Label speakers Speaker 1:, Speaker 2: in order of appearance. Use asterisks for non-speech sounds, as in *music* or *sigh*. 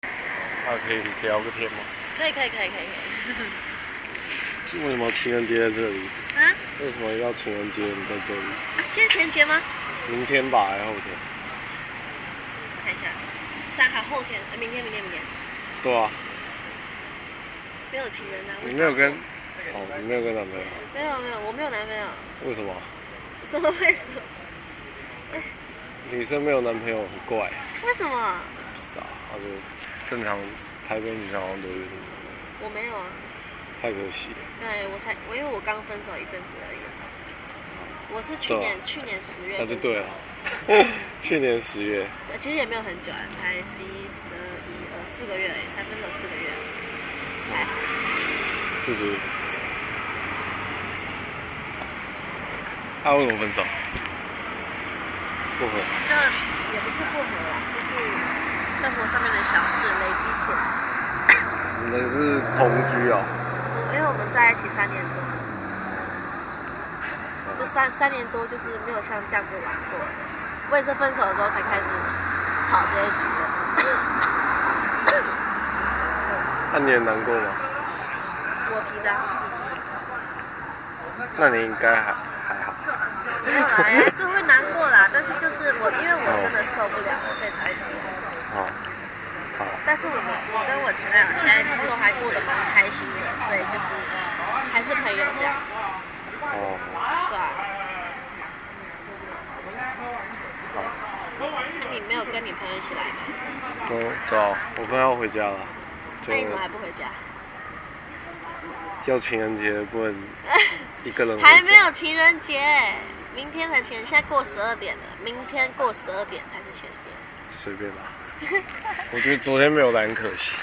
Speaker 1: 啊，可以聊个天吗？
Speaker 2: 可以可以可以可以可
Speaker 1: 这为什么情人节在这里？
Speaker 2: 以。啊？
Speaker 1: 为什么要情人节你在这里？
Speaker 2: 今天情人节吗？
Speaker 1: 明天吧，还是后天？
Speaker 2: 我看一下，三号后天，呃，明天明天明天，
Speaker 1: 对啊，
Speaker 2: 没有情人啊。为
Speaker 1: 你
Speaker 2: 什
Speaker 1: 没
Speaker 2: 么
Speaker 1: 有跟哦，你没有跟男朋友，
Speaker 2: 没有没有，我没有男朋友，
Speaker 1: 为什么？
Speaker 2: *laughs* 什么为什么？
Speaker 1: 女生没有男朋友很怪，
Speaker 2: 为什么？
Speaker 1: 不知道，她就正常台北女生好像都有点
Speaker 2: 我没有啊。
Speaker 1: 太可惜了。
Speaker 2: 对，我才我因为我刚分手一阵子而已。我是去年、去年十月
Speaker 1: 哦啊那
Speaker 2: 分
Speaker 1: 就
Speaker 2: 手的，
Speaker 1: 对了。 *laughs* 去年十月，
Speaker 2: 对其实也没有很久啊，才十一、十二、一二四个月而已，才分手四个月。哎，
Speaker 1: 是不是？他为什么分手？不合。
Speaker 2: 就也不是不合啦，就是生活上面的小事累积起来。
Speaker 1: 你们是同居啊、
Speaker 2: 我因为我们在一起三年多，就三三年多就是没有像这样子玩过。我也是分手了之后才开始跑这一局的。 *laughs*
Speaker 1: 那、你很难过吗？
Speaker 2: 我提的啊。
Speaker 1: 那你应该还还好。
Speaker 2: 没有啦，还是会难过啦。但是就是我，因为我真的受不了了，所以才会结婚。
Speaker 1: 好，哦好，
Speaker 2: 但是我们我跟我前男友现在都还过得蛮开心的，所以就是还是朋友这样，
Speaker 1: 哦，
Speaker 2: 对啊。
Speaker 1: 好，
Speaker 2: 你没有跟你朋友一起来吗？
Speaker 1: 都走，我快要回家了，就
Speaker 2: 那你怎么还不回家？
Speaker 1: 叫情人节不能一个人回家。
Speaker 2: 还没有情人节，明天才情人，现在过十二点了，明天过十二点才是情人节。
Speaker 1: 随便啦。我觉得昨天没有来很可惜，